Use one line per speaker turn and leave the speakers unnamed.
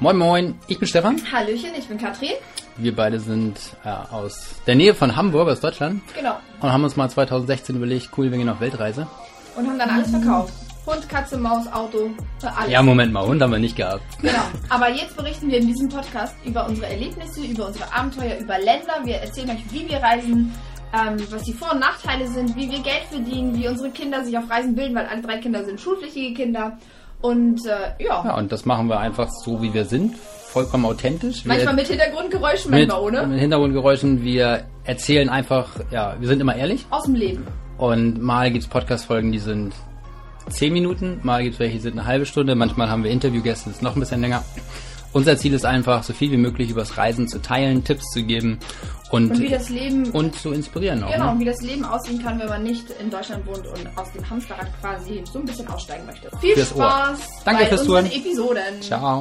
Moin Moin, ich bin Stefan.
Hallöchen, ich bin Katrin.
Wir beide sind äh, aus der Nähe von Hamburg, aus Deutschland.
Genau.
Und haben uns mal 2016 überlegt, cool, wir gehen auf Weltreise.
Und haben dann alles verkauft. Hund, Katze, Maus, Auto, äh, alles.
Ja, Moment mal, Hund haben wir nicht gehabt.
Genau. Aber jetzt berichten wir in diesem Podcast über unsere Erlebnisse, über unsere Abenteuer, über Länder. Wir erzählen euch, wie wir reisen, ähm, was die Vor- und Nachteile sind, wie wir Geld verdienen, wie unsere Kinder sich auf Reisen bilden, weil alle drei Kinder sind schulpflichtige Kinder. Und äh, ja,
Ja, und das machen wir einfach so, wie wir sind, vollkommen authentisch. Wir
manchmal mit Hintergrundgeräuschen,
mit,
manchmal ohne.
mit Hintergrundgeräuschen, wir erzählen einfach, ja, wir sind immer ehrlich.
Aus dem Leben.
Und mal gibt's Podcast-Folgen, die sind 10 Minuten, mal gibt's welche, die sind eine halbe Stunde, manchmal haben wir Interviewgäste, das ist noch ein bisschen länger. Unser Ziel ist einfach, so viel wie möglich übers Reisen zu teilen, Tipps zu geben und,
Und wie das Leben
und zu inspirieren auch.
Genau, und
Ne?
wie das Leben aussehen kann, wenn man nicht in Deutschland wohnt und aus dem Hamsterrad quasi so ein bisschen aussteigen möchte. Viel
Fürs Ohr.
Spaß
Danke
bei
fürs
unseren
Zuhören.
Episoden.
Ciao.